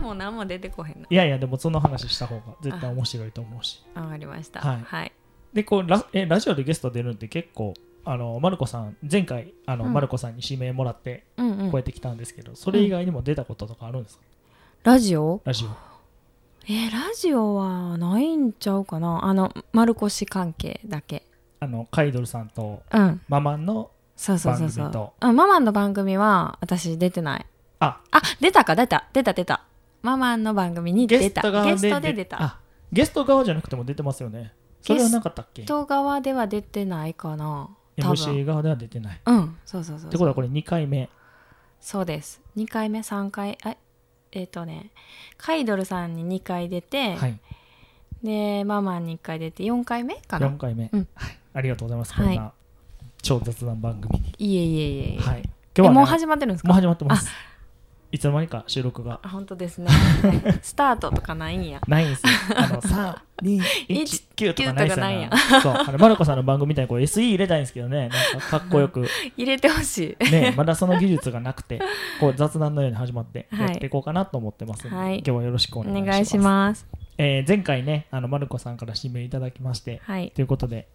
もう何も出てこへんいやいやでもその話した方が絶対面白いと思うしなわかりましたはいはいでこうラえラジオでゲスト出るんって結構あのマルコさん前回あの、うんマルコさんに指名もらってうんうこうんやってきたんですけど、それ以外にも出たこととかあるんですか、ラジオラジオえーラジオはないんちゃうかなあの丸腰関係だけあのカイドルさんとうんママンのそうそうそうそ番組とう、うん、ママンの番組は私出てないああ出たか出た出た出たママンの番組にゲ出スたト側でゲストで出たあゲスト側じゃなくても出てますよねそれはなかったっけゲスト側では出てないかな多分 MC 側では出てないっうんそうそうそうてことはこれ2回目そうです2回目3回あえっ、とねカイドルさんに2回出て、はいでママに1回出て4回目かな4回目、うんはい、ありがとうございます、はいこんな超雑談番組に、いえいえいえいえ、はい、え今日はね、もう始まってるんですもうか始まってますいつの間にか収録があ本当ですね スタートとかないんやない んですよ。あの、3、2、1、9とかないんですよ9ねとか。そう、あの、マルコさんの番組みたいにこう SE 入れたいんですけどね、なんかかっこよく、入れてほしね、まだその技術がなくて、こう雑談のように始まって、はいやっていこうかなと思ってますんで、はい今日はよろしくおいお願いします。願いしますえー前回ね、あの、マルコさんから指名いただきまして、はいということで、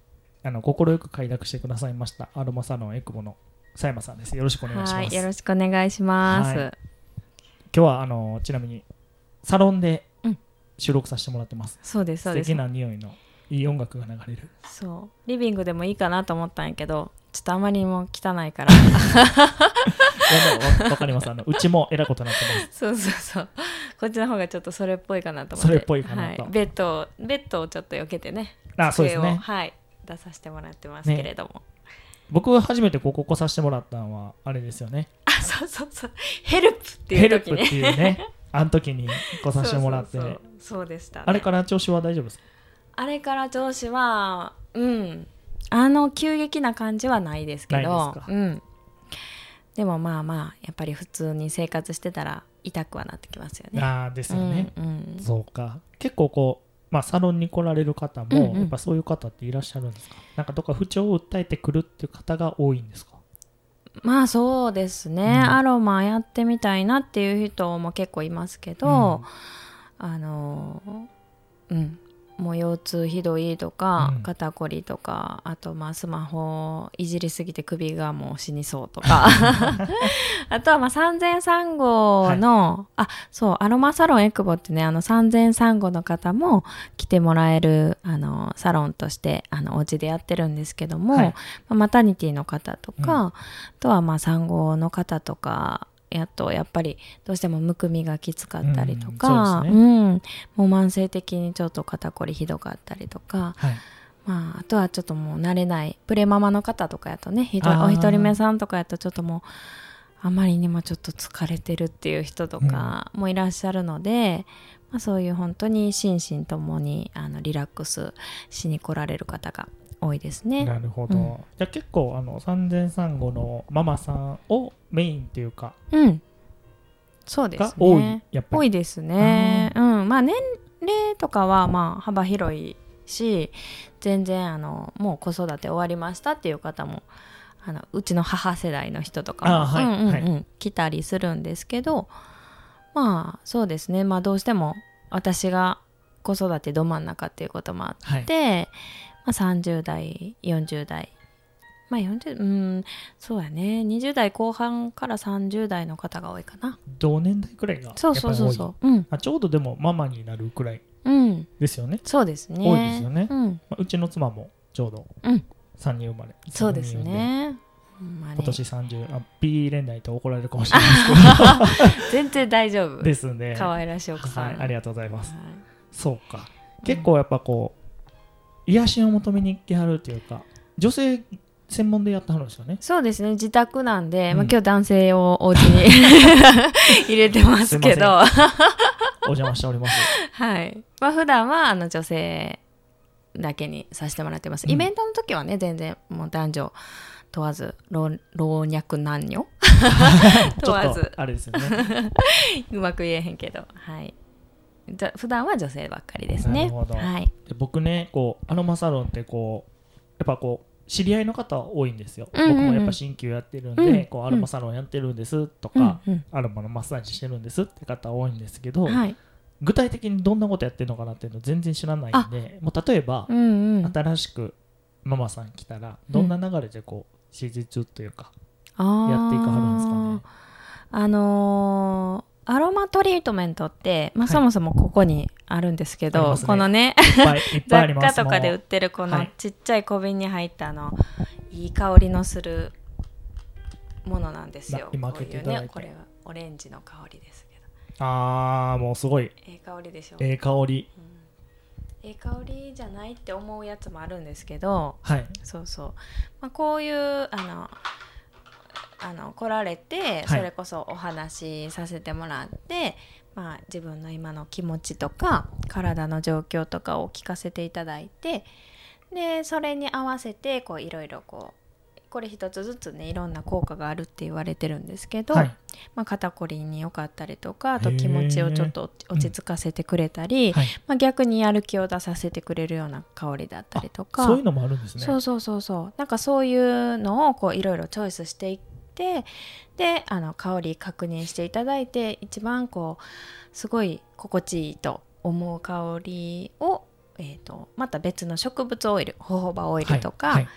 あの、快く快諾してくださいました、アロマサロンエクボの佐山さんです。よろしくお願いしはまいす。よろ今しくお願いします、は日は、あの、ちなみに、サロンでうん収録させてもらってます。そうですそ素うです敵な匂いのいい音楽が流れる。そうリビングでもいいかなと思ったんやけどちょっとあまりにも汚いから いやでもわわかります。あのうちもえらいことになってます。そうそうそうこっちの方がちょっとそれっぽいかなと思ってそれっぽいかなとはい、ベッドをベッドをちょっと避けてねあ、そうです机をね。はい出させてもらってますけれども、僕が初めてここ来させてもらったのはあれですよね。あそうそうそうヘルプっていヘうル時プっねていう ね。あの時に来そうさせてもらっそてう、そうそうでしたね、あれから調子は大丈夫ですか。あれから上司はうんあの急激な感じはないですけないどですかうん、でもまあまあやっぱり普通に生活してたら痛くはなってきますよね。ああですよね。うんうんそうか。結構こう。まあ、サロンに来られる方も、うんうんやっぱそういう方っていらっしゃるんですかなんかどっか不調を訴えてくるっていう方が多いんですかまあそうですね、うんアロマやってみたいなっていう人も結構いますけど、あのうんもう腰痛ひどいとか、うん肩こりとかあとまあスマホいじりすぎて首がもう死にそうとか あとはまあ産前産後の、あそうアロマサロンエクボってねあの産前産後の方も来てもらえるあのサロンとしてあのお家でやってるんですけども、はいまあマタニティの方とか、うあとはまあ産後の方とかやっとやっぱりどうしてもむくみがきつかったりとか、ううんそんうですもう慢性的にちょっと肩こりひどかったりとか、はい、まあ、あとはちょっともう慣れないプレママの方とかやとねひとあーお一人目さんとかやとちょっともうあまりにもちょっと疲れてるっていう人とかもいらっしゃるので、まあ、そういう本当に心身ともにあのリラックスしに来られる方が多いですね。なるほど、うんじゃあ結構あの産前産後のママさんをメインっていうかうん、そうでがす多い、ね。やっぱり多いですね。うん、まあ年齢とかはまあ幅広いし、全然あのもう子育て終わりましたっていう方も。あのうちの母世代の人とかあも、はいうんうんうん来たりするんですけどまあそうですねまあどうしても私が子育てど真ん中っていうこともあっはい、で、まあ、30代40代まあ40うんそうやね20代後半から30代の方が多いかな同年代くらいがやっぱそり多ういそうそうそう。うん。あちょうどでもママになるくらいうん。ですよね、そうですね。多いですよねうん。まあ、うちの妻もちょうどうん3人生まれ、そうです三人産んでね。ほんまに今年30あ B 連代と怒られるかもしれないです全然大丈夫けど。で すね可愛らしい奥さん。はい、ありがとうございますはいそうか結構やっぱこう癒しを求めに来てはるっていうか女性専門でやってはるんです よねそうですね。自宅なんで、まうあん今日男性をお家に 入れてますけど、お邪魔しておりますはい。まあ普段はあの女性だけにさせてもらってます。うんイベントの時はね、全然もう男女問わず老老若男女ち 問ょわっとずあれですよねうまく言えへんけど、はい。じゃ普段は女性ばっかりですね。なるほどはい。で僕ねこうアロマサロンってこうやっぱこう知り合いの方は多いんですよ、うんうんうん僕もやっぱ鍼灸やってるんで、うんこうアロマサロンやってるんですとうかん、うんアロマのマッサージしてるんですって方多いんですけど、はい具体的にどんなことやってるのかなっていうの全然知らないんでもう例えばう、んうん新しくママさん来たらどんな流れでこう施術とい うかあーやっていかはるんですかね、あのーアロマトリートメントって、まあ、はいそもそもここにあるんですけありど、ますねこのねいっぱいいっぱいあり雑ま貨すとかで売っもてるこはのいちっちゃい小瓶に入ったあのいい香りのするものなんですよな。今こ開うけていいうただいてねこれはオレンジの香りですけど、うあーもうすごいええ香りでしょ。ええ香りうんええ香りじゃないって思うやつもあるんですけど、はいそうそう、まあ、こういうあのあの来られていそれこそお話しさせてもらって、まあ、自分の今の気持ちとか体の状況とかを聞かせていただいてでそれに合わせてこういろいろこうこれ一つずつねいろんな効果があるって言われてるんですけど、はいまあ、肩こりに良かったりとかあとへー気持ちをちょっと落ち着かせてくれたり、はいまあ、逆にやる気を出させてくれるような香りだったりとか。そういうのもあるんですねそうそうそうそうなんかそういうのをこういろいろチョイスしていってであの香り確認していただいて一番こうすごい心地いいと思う香りを、えー、とまた別の植物オイルホホバオイルとか、はいはい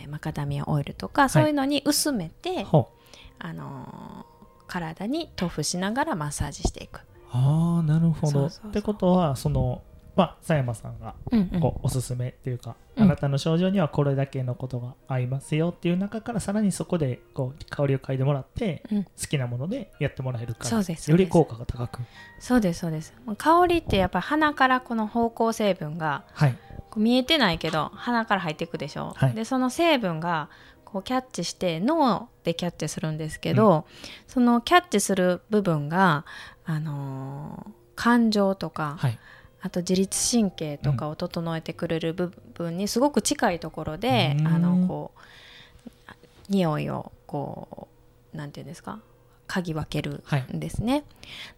えーマカダミアオイルとか、そういうのに薄めて、ほうあのー体に塗布しながらマッサージしていく。ああなるほどそうそうそうってことはそのまあ佐山さんがうんうんこうおすすめっていうか、うんあなたの症状にはこれだけのことが合いますよっていう中からさらにそこでこう香りを嗅いでもらって、うん好きなものでやってもらえるからそうですより効果が高くそうですそうです香りってやっぱり鼻からこの芳香成分がはいこう見えてないけど鼻から入っていくでしょ、はいでその成分がこうキャッチして脳でキャッチするんですけど、そのキャッチする部分が、あのー感情とか、はいあと自律神経とかを整えてくれる部分にすごく近いところで、うんあのこう匂いをこうなんていうんですか嗅ぎ分けるはいんですね、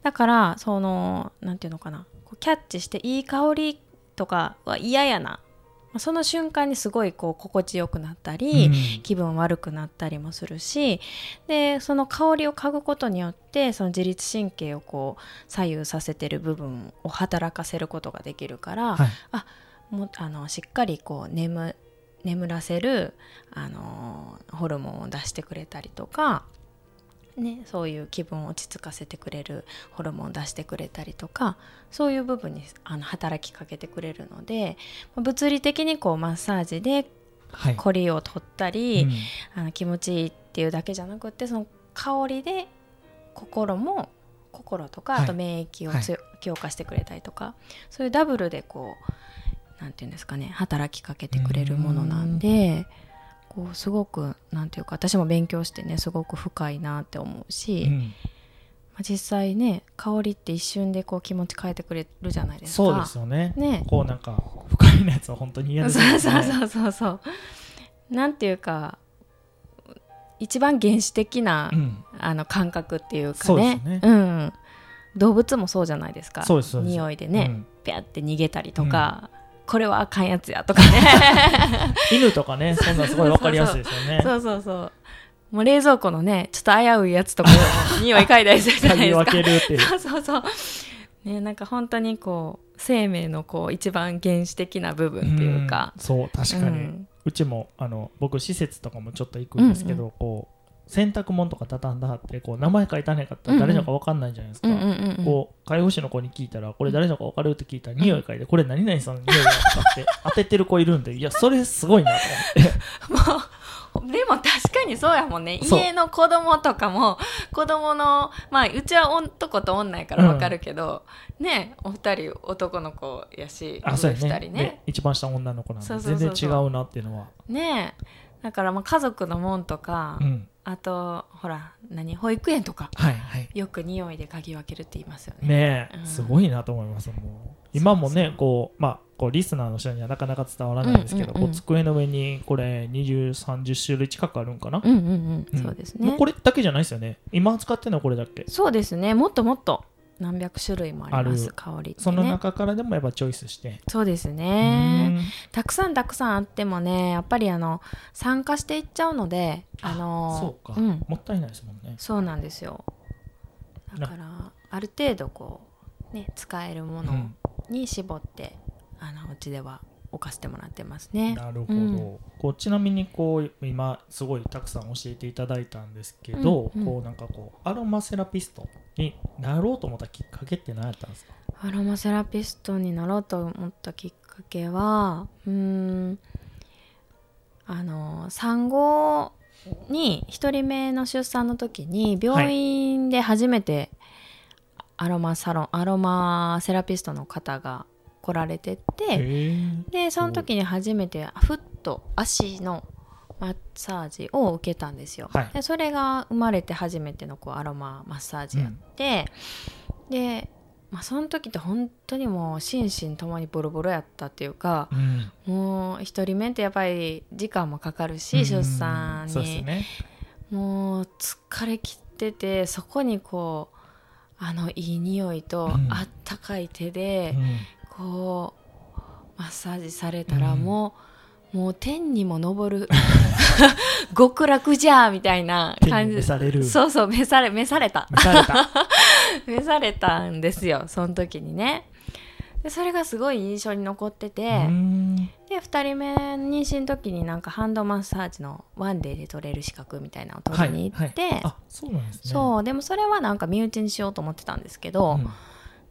だからそのなんていうのかなこうキャッチしていい香りとかは嫌やなまあその瞬間にすごいこう心地よくなったり、うん気分悪くなったりもするしでその香りを嗅ぐことによってその自律神経をこう左右させてる部分を働かせることができるから、はいもうあのしっかりこう眠眠らせる、あのーホルモンを出してくれたりとか、ね、そういう気分を落ち着かせてくれるホルモンを出してくれたりとかそういう部分にあの働きかけてくれるのでまあ物理的にこうマッサージではいコリを取ったり、うんあの気持ちいいっていうだけじゃなくてその香りで心も心とかはいあと免疫をつよ、強化してくれたりとかそういうダブルでこうなんていうんですかね働きかけてくれるものなんでこうすごくなんていうか私も勉強してねすごく深いなって思うし、うまんあ実際ね香りって一瞬でこう気持ち変えてくれるじゃないですか。そうですよねねこうなんか不快なやつは本当に嫌ですよそうねそうそうそうそう。なんていうか一番原始的な、うんあの感覚っていうかそうでねすねうん、動物もそうじゃないですかそうですそうです匂いでね、うんピャって逃げたりとか、これはあかんやつやとか ね犬とかねそんなんすごいわかりやすいですよねそうそうそうもう冷蔵庫のねちょっと危ういやつとか匂い嗅いだりするじゃないです嗅ぎか分けるっていうそうそうそうねなんか本当にこう生命のこう一番原始的 な部分っていうかん、そう確かに、ううんちもあの僕施設とかもちょっと行くんですけど、こう洗濯物とか畳んだはってこう名前書いてなかったら誰のか分かんないじゃないですか、うんうんうんうんこう介護士の子に聞いたらこれ誰のか分かるって聞いたら匂い嗅いでこれ何々さんの匂いだとかって当ててる子いるんでいやそれすごいなと 思ってもうでも確かにそうやもんねそう家の子供とかも子供のまあうちは男と女やからわかるけど、ねお二人男の子やしあそうや二ね人でね一番下女の子なんそでうそうそ全うそう然違うなっていうのはねだからまあ家族のもんとか、うんあとほら何保育園とかはいはいよく匂いで嗅ぎ分けるって言いますよねねえ、うんすごいなと思いますもう今もねこうまあこうリスナーの人にはなかなか伝わらないんですけど、うんうんうんこう机の上にこれ2030種類近くあるんかな、うんうんうん、んそうですもねうこれだけじゃないですよね今使ってるのはこれだっけそうですねもっともっと何百種類もありまあする香りってねその中からでもやっぱチョイスして、そうですうねんたくさんたくさんあってもねやっぱりあの酸化していっちゃうのであのそうか、ん、もったいないですもんねそうなんですよだからある程度こうね使えるもうのんに絞って、あのうちでは置かせてもらってますねなるほど、うんこうちなみにこう今すごいたくさん教えていただいたんですけど、うんうんこうなんかこうアロマセラピストになろうと思ったきっかけって何やったんですかアロマセラピストになろうと思ったきっかけはうーんあの産後に1人目の出産の時に病院で初めてアロマサロン、アロマセラピストの方が来られててでその時に初めてふっと足のマッサージを受けたんですよ。はいでそれが生まれて初めてのこうアロママッサージやって、で、まあ、その時って本当にもう心身ともにボロボロやったっていうかうんもう一人目ってやっぱり時間もかかるし、うん出産そうですに、ねもう疲れ切っててそこにこうあのいい匂いとうんあったかい手で。こうマッサージされたらうんもう、もう天にも昇る 極楽じゃーみたいな手感にじ召されるそうそう召され召された召さ れた召されたんですよその時にねでそれがすごい印象に残ってて、うんで2人目妊娠の時になんかハンドマッサージのワンデーで取れる資格みたいなのを取りに行って、はいはいあそうなんですねそうでもそれはなんか身内にしようと思ってたんですけど、うん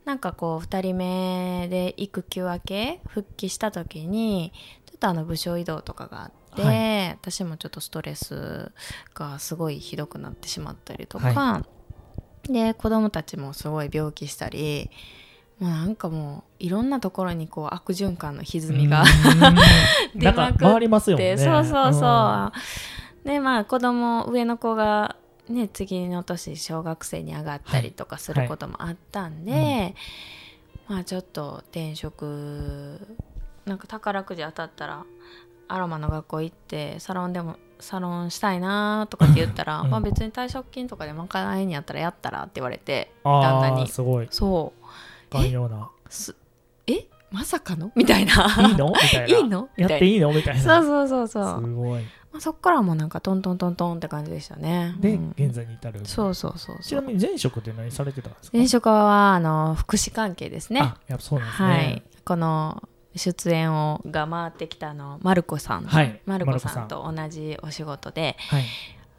なんかこう2人目で育休明け復帰した時にちょっとあの部署移動とかがあって、は私もちょっとストレスがすごいひどくなってしまったりとか、はで子供たちもすごい病気したりもうなんかもういろんなところにこう悪循環の歪みがうん出なまんくかって回りますよねそうそうそう、でまあ子供上の子がね次の年小学生に上がったりとかすることもあったんで、はいはまあちょっと転職なんか宝くじ当たったらアロマの学校行ってサロンでもサロンしたいなとかって言ったら、うんまあ別に退職金とかで賄えんやったらやったらって言われてうん旦那あーにすごいそう寛容なすえまさかのみたいない いのみたいないいのみやったいてないいのみたいなそうそうそうそうすごいまあ、そこからもなんかトントントントンって感じでしたね。で、うん現在に至るそうそうそうちそなう。みに前職って何されてたんですか前職はあの福祉関係ですね。あやっぱそうなんですねはい、この出演をが回ってきたあのマルコさん、はいマルコさんマルコと同じお仕事で、さんはい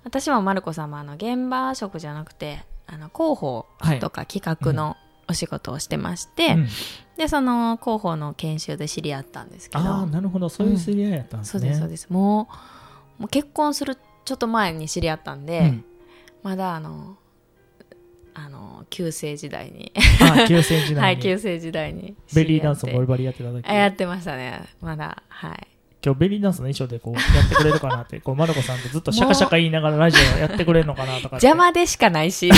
私もマルコさんもあの現場職じゃなくてあの広報はいとか企画のお仕事をしてまして、うんでその広報の研修で知り合ったんですけど、ああなるほどそういう知り合いやったんでそすうね、ですそうです。もうもう結婚するちょっと前に知り合ったんで。うんまだあのあの旧世時代にあ旧世時は代い に、旧世時代にベリーダンス知もり合バっリバリやってた時てあやってましたねまだはい今日ベリーダンスの衣装でこうやってくれるかなってこうマルコさんってずっとシャカシャカ言いながらラジオやってくれるのかなとかって邪魔でしかない し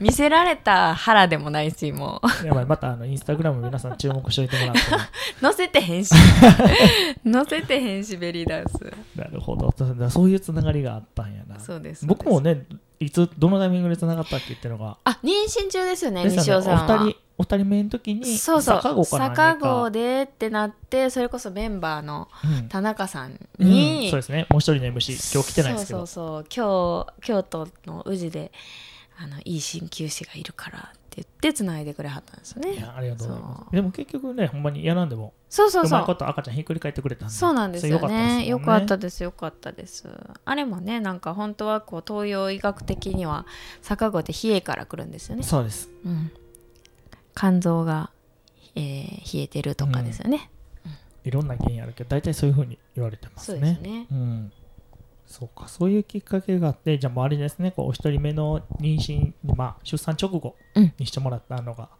見せられた腹でもないしもう やばいまたあのインスタグラム皆さん注目しておいてもらって載せて へんし載せてへんしベリーダンスなるほどそうそういうつながりがあったんやなそうです僕もねねいつどのタイミングでつながったっけっていうのがあ妊娠中ですよねです西よ尾ねさんはお二人お二人目の時にそうそう坂郷か何か坂郷でってなってそれこそメンバーのうん田中さんうんに、そうですねもう一人の MC 今日来てないですけそどうそうそう今日京都の宇治であのいい鍼灸師がいるからって言ってつないでくれはったんですよいねやありがとうございまそすでも結局ねほんまにやらんでもそうそううそまいこうと赤ちゃんひっくり返ってくれたんでそうなんですそよれ良かったですもんねよかったですよかったですあれもねなんか本当はこう東洋医学的には逆子って冷えから来るんですよね、そうですうん、肝臓が、えー冷えてるとかですよね、いろんな原因あるけど大体そういうふうに言われてますそねうですねうんそうかそういうきっかけがあってじゃあもうあれですねこうお一人目の妊娠、まあ、出産直後うんにしてもらったのが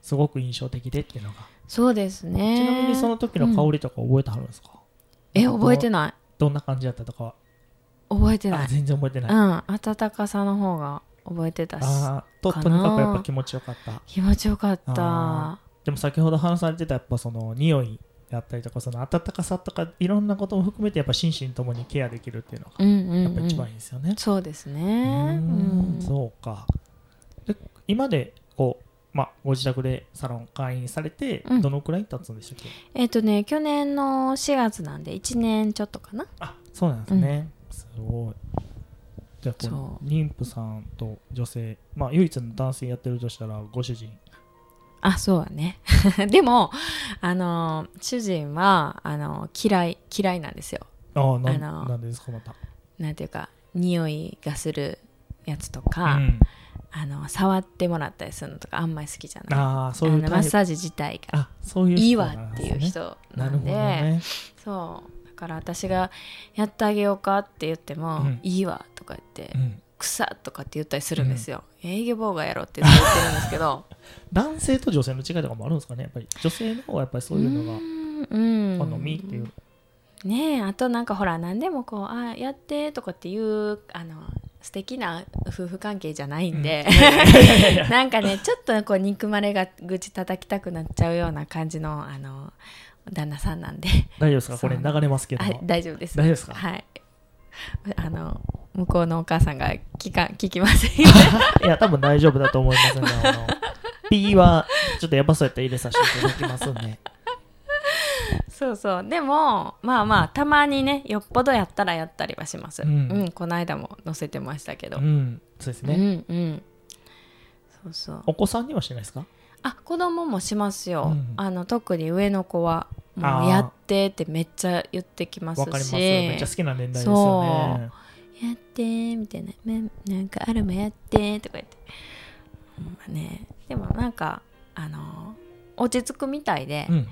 すごく印象的でっていうのが、そうですねちなみにその時の香りとか覚えてはるんですか、え覚えてないどんな感じだったとかは覚えてなあい全然覚えてない、あうん温かさの方が覚えてたしあーとかとなにかくやっぱ気持ちよかった気持ちよかっあたでも先ほど話されてたやっぱその匂いだったりとかその温かさとかいろんなことも含めてやっぱ心身ともにケアできるっていうのがうんうん、うん、やっぱ一番いいですよね、そうですねうーんうんそうかで今でこう、まあ、ご自宅でサロン会員されてうんどのくらい経つんでしたっけ、えっ、とね去年の4月なんで1年ちょっとかなあそうなんですね、すごいじゃあそこう妊婦さんと女性まあ唯一の男性やってるとしたらご主人あそうだね でもあの主人はあの嫌い嫌いなんですよああな,、あのーなんでですかまたなんていうか匂いがするやつとか、うん、あの触ってもらったりするのとかあんまり好きじゃないああそういうあのマタイップサージ自体があそういう人いいわなんっですてねいう人ななるんほでどねそうだから私がやってあげようかって言っても、うんいいわとか言って、うん草とかって言ったりするんですよ、営業妨害やろってずっと言ってるんですけど男性と女性の違いとかもあるんですかねやっぱり女性の方はやっぱり そういうのうーんが好みっ ていう、 ねえあとなんかほら何でもこう「あやって」とかっていうあの素敵な夫婦関係じゃないんで、 なんかねちょっとこう憎まれが愚痴叩きたくなっちゃうような感じのあの旦那さんなんで大丈夫ですかこれそう流れますけどあ大丈夫です大丈夫ですかはいあの向こうのお母さんが聞か聞きま せんいや、多分大丈夫だと思いますね。あの、P は、ちょっとやばそうやったら入れさせていただきますん で。そうそうでもまあまあたまにねよっぽどやったらやったりはします、ううんんこの間も載せてましたけど、うん、そうですね。うんうんそうそうお子さんにはしてないですかあ子供もしますよ、うんあの特に上の子はあもーうやってってめっちゃ言ってきますしわかります。めっちゃ好きな年代ですよね。やってーみたいなめなんかアルマやってーとか言ってほんまねでもなんかあの落ち着くみたいで、うん。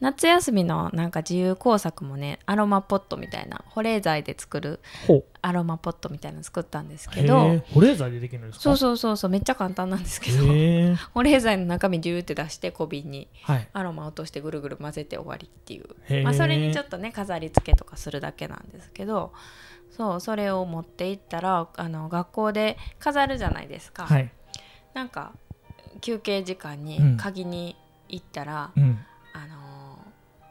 夏休みのなんか自由工作もねアロマポットみたいな保冷剤で作るほう。アロマポットみたいなの作ったんですへけどえ、保冷剤でできるんですかそううそうそうそうめっちゃ簡単なんですけどへえ。保冷剤の中身ギューって出して小瓶にはい。アロマ落としてぐるぐる混ぜて終わりっていう、へえ。まあ、それにちょと。っとね飾り付けとかするだけなんですけどそうそれを持っていったらあの学校で飾るじゃないですか、はい。なんか休憩時間うんに鍵に行ったら、うん。あのー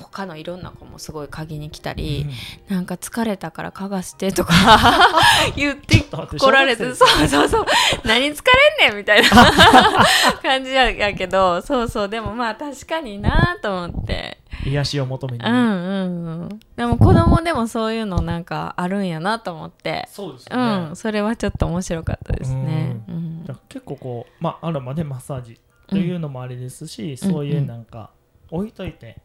他のいろんな子もすごい鍵に来たり、なんか疲れたから嗅がして とか言ってちょっと待って来られ小て学生そうそうそう何疲れんねんみたいな 感じややけどそうそうでもまあ確かになと思って癒しを求めにう。んうんうんでも子供でもそういうのなんかあるんやなと思ってそうですうよねん。それはちょっと面白かったですねうんだから結構こう、まあ、アロマでマッサージというのもあれですし、そういうなんか置いといて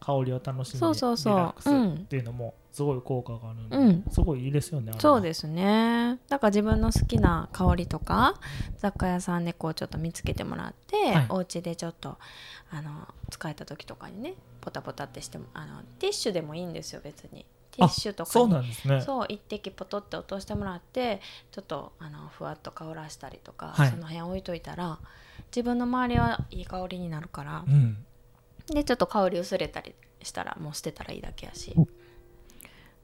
香りを楽しんでリラそうそうそうックスうんっていうのもすごい効果があるんで、うんすごいいいですよねそうすですねだから自分の好きな香りとか雑貨屋さんでこうちょっと見つけてもらって、はいお家でちょっとあの使えた時とかにねポタポタってしてもあのティッシュでもいいんですよ別にティッシュとかそうになんですねそう一滴ポトって落としてもらってちょっとあのふわっと香らしたりとか、はいその辺置いといたら自分の周りはいい香りになるからう、ん、でちょっと香り薄れたりしたらもう捨てたらいいだけやしお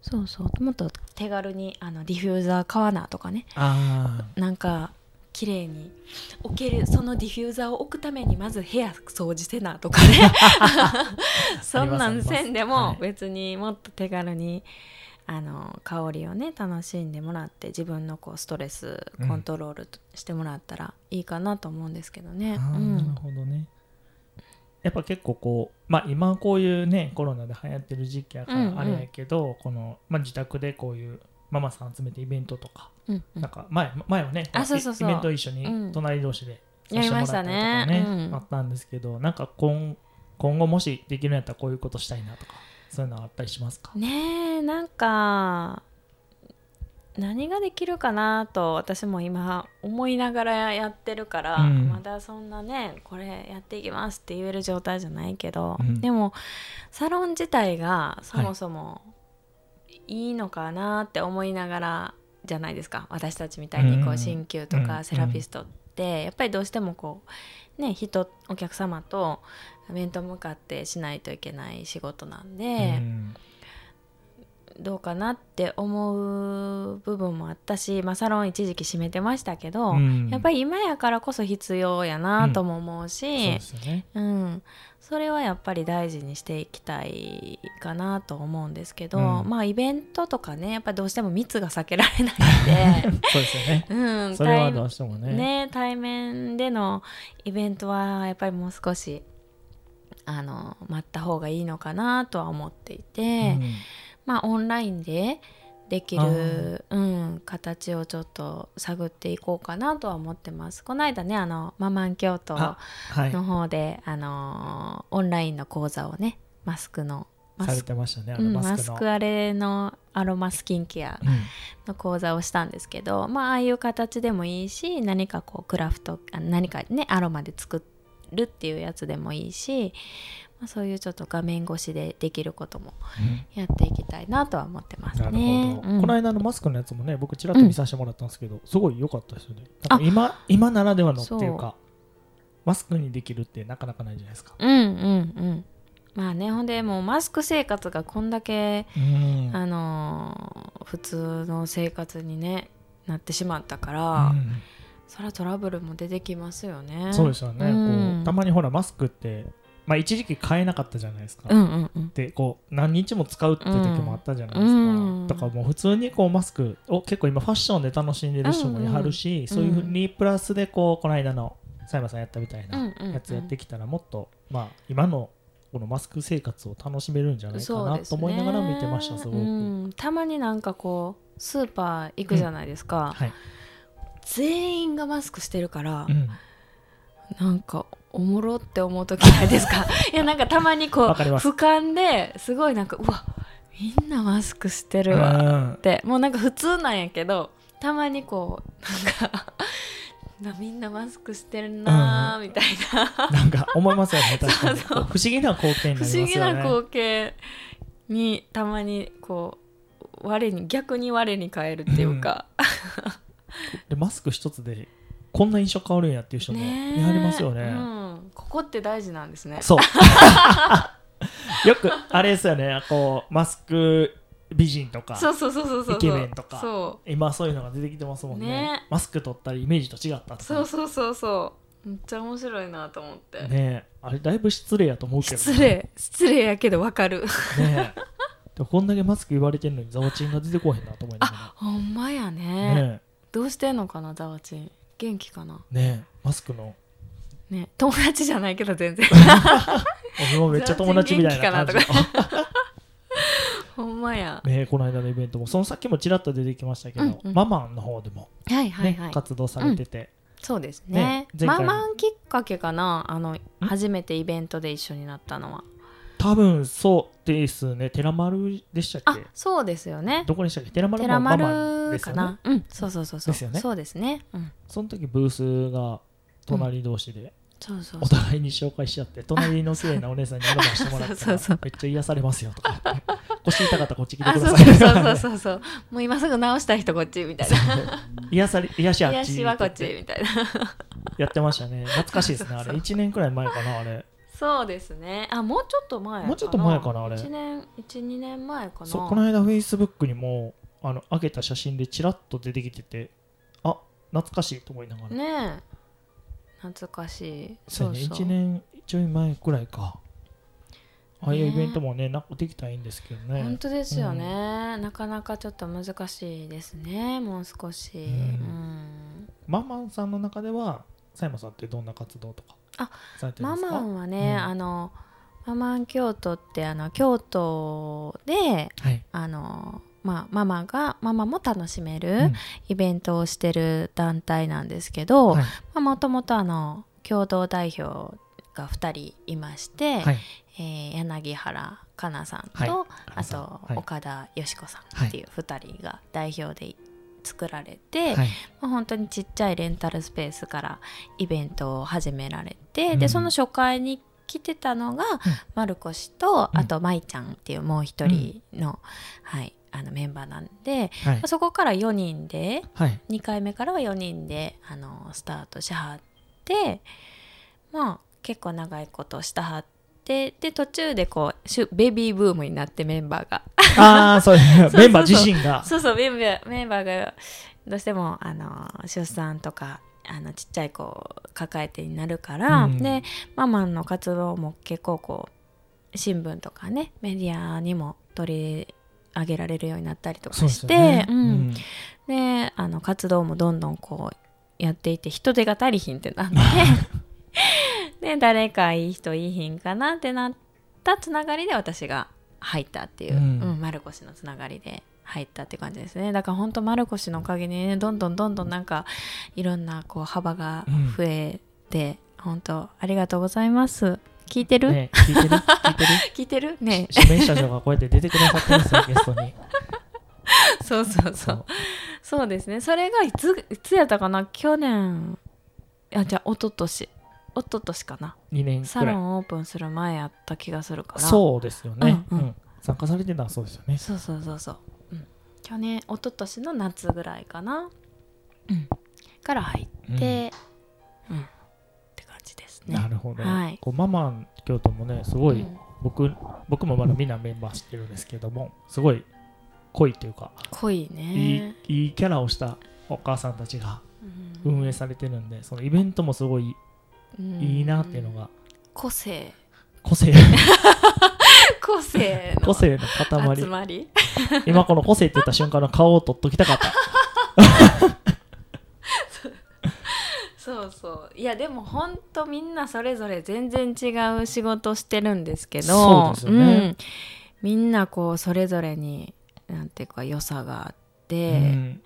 そうそうもっと手軽にあのディフューザー買わなとかねあなんか綺麗に置けるそのディフューザーを置くためにまず部屋掃除せなとか ねそんなんせんであもり別にもっと手軽にあの香りをね楽しんでもらって自分のこうストレスコントロールしてもらったらいいかなと思うんですけどーね。あー、うんなるほどねやっぱ結構こう、まあ、今こういうねコロナで流行ってる時期やかうんうらんあれやけど、この、まあ、自宅でこういうママさん集めてイベントとか、うんうんなんか前前はねあそうそうそうイベント一緒にうん隣同士でやりましたねさせてもらったりとかねうんあったんですけどなんか今今後もしできるんやったらこういうことしたいなとかそういうのはあったりしますか、ねえなんか何ができるかなと私も今思いながらやってるから、うんまだそんなねこれやっていきますって言える状態じゃないけど、うんでもサロン自体がそもそもいいのかなって思いながらじゃないですか私たちみたいにうこんう鍼灸とうんかセラピストってやっぱりどうしてもこうね人お客様と面と向かってしないといけない仕事なんで。うんどうかなって思う部分もあったし、まあ、サロン一時期閉めてましたけど、うんやっぱり今やからこそ必要やなとも思うそうしで、すよね。うんそれはやっぱり大事にしていきたいかなと思うんですけど、うんまあイベントとかねやっぱりどうしても密が避けられないので そうですよね。うんそれは対どうしてもね。ね対面でのイベントはやっぱりもう少しあの待った方がいいのかなとは思っていて、うんまあオンラインでできあるー、うん、形をちょっと探っていこうかなとは思ってます。この間ねあのママン京都あはい。の方であ、のーオンラインの講座をねマスクのマされスクてましたね。あうのんママススクの。クあれのアロマスキンケアうんの講座をしたんですけど、まあ、ああいう形でもいいし何かこうクラフトあ何かねアロマで作るっていうやつでもいいし、まあ、そういうちょっと画面越しでできることもやっていきたいなとは思ってますなるほど、ね。うんこの間のマスクのやつもね僕ちらっと見させてもらったんですけど、すごい良かったですよねなんか今今ならではのっていうかマスクにできるってなかなかないじゃないですか、うんうんうんまあねほんでもうマスク生活がこんだけ、うんあのー普通の生活に、ね、なってしまったかうら、んそらトラブルも出てきますよね。そうですよね、うんこうたまにほらマスクって、まあ、一時期買えなかったじゃないですか、うんうんうんでこう何日も使うって時もあったじゃないですか、うんだからもう普通にこうマスクを結構今ファッションで楽しんでる人もいはるし、そういうふうにプラスでこうこの間の佐山さんやったみたいなうんうんうんやつやってきたらもっと、まあ、今のこのマスク生活を楽しめるんじゃないかそうなですとね思いながら見てましたすごく。うんたまになんかこうスーパー行くじゃないですか、はい全員がマスクしてるから、うんなんかおもろって思う時ないです かいやなんかたまにこうわかります俯瞰ですごいなんかうわみんなマスクしてるわうんってもうなんか普通なんやけどたまにこうなんか なみんなマスクしてるなーみたいな、なんか思いますよね確かに そうそうこう不思議な光景に不なります思よね。議な光景にたまにこう我に逆に我に返るっていうか、でマスク一つでこんな印象変わるんやっていう人もねいえはりますよね。うん、ここって大事なんですね そう。よく、あれですよね、こう、マスク美人とか、そうそうそうそうそうイケメンとかそ今そういうのが出てきてますもんね。ねマスク取ったらイメージと違ったとうか。そうそうそうそうめっちゃ面白いなと思って、ねえあれだいぶ 失礼やと思うけどね。失礼失礼やけどわかるねえでもこんだけマスク言われてるのに、ざわちんが出てこへんなと思いなが ほんまやねら。ねどうしてんのかなざわちん元気かなえ、ねえ、マスクの、ね友達じゃないけど全 然俺もめっちゃ友達みたいな感じざのわち。ほんまや、 ねえ、この間のイベントも、その先もちらっと出てきましたけど、うんうんママンの方でも、はいねはいはい活動されてて、そうですねね前マ回もマンきっかけかなあの初めてイベントで一緒になったのは多分そうですね、寺丸でしたっあけそうですよねどこでしたっけ寺丸テもラマママルですかよねな、うんそうそうそうそうですよねそうですねうんその時ブースが隣同士でそうそうお互いに紹介し合って隣の綺麗なお姉さんにアドバイスしてもらっ そたうそうらそうめっちゃ癒されますよとか 言って腰痛かったらこっち来てあくそだうさいそうそうそうそうもう今すぐ直したい人こっちみたいな 癒され癒しあっち癒しはこっちみたいな やってましたね懐かしいですねあそうそうれ1年くらい前かなあれそうですねあもうちょっと前かなもうちょっと前かなあれ1年12年前かなそうこの間フェイスブックにもあの開けた写真でちらっと出てきててあ懐かしいと思いながら、ねえ懐かしいそそうやうねそう1年ちょい前くらいかああいうイベントもねなんかできたらいいんですけどね本当ですよね、なかなかちょっと難しいですねもう少し、うんママンさんの中では佐山さんってどんな活動とかあされてるんマですかマンはね、うんあのママン京都ってあの京都ではい、あの、まあ、ママがママも楽しめうるんイベントをしてる団体なんですけど、はいまあ、もともとあの共同代表が2人いまして、はいえー柳原かなさんと、はいあと、はい岡田よし子さんっていう2人が代表で作られて、はいまあ、本当にちっちゃいレンタルスペースからイベントを始められて、うでんその初回に来てたのが、マルコ氏とうんあと舞ちゃんっていうもう一人の,、はい、あのメンバーなんで、はいまあそこから4人で はい2回目からは4人であのスタートしはってまあ結構長いことしたはってで途中でこうシュベビーブームになってメンバーがああ、そううそうメンバー自身 が。そうそうメンバーメンバーがどうしてもあの出産とかあのちっちゃい子を抱えてになるから、うんでママの活動も結構こう新聞とかねメディアにも取り上げられるようになったりとかそうですしよてねうんであの活動もどんどんこうやっていて人手が足りひんってなってで誰かいい人いいひんかなってなったつながりで私が入ったっていう、ううんん丸越のつながりで入ったって感じですねだから本当丸越のおかげにねどんどんどんどんなんかいろんなこう幅が増えて、本当ありがとうございます聞いてる、ね聞いてる聞いてる聞いてるね指名者長がこうやって出てくださってるんですよ、ゲストに。そう そうそそううそうですね。それがいつ、いつやったかな去年、あ、じゃあ、一昨年一昨年かな。 2年サくロらい。ンオープンする前やった気がするから。そうですよね。うんうんうん参加されてたのはそうですよね。そうそうそうそう。うん、去年、一昨年の夏ぐらいかな。うん。から入うんって、うん。って感じですなね。るほどはい。こうママン京都もね、すごういん僕僕もまだみんなメンバー知ってるんですけども、すごい濃いというか、濃いいね。いいいキャラをしたお母さんたちがうん運営されてるんで、そのイベントもすごいうんいいなっていうのが、個性 個性、個性の個性の集塊。まり今この個性って言った瞬間の顔を取っときたかった。そうそういやでもほんとみんなそれぞれ全然違う仕事してるんですけどそうですよねうん、みんなこうそれぞれになんていうか良さがあって、うん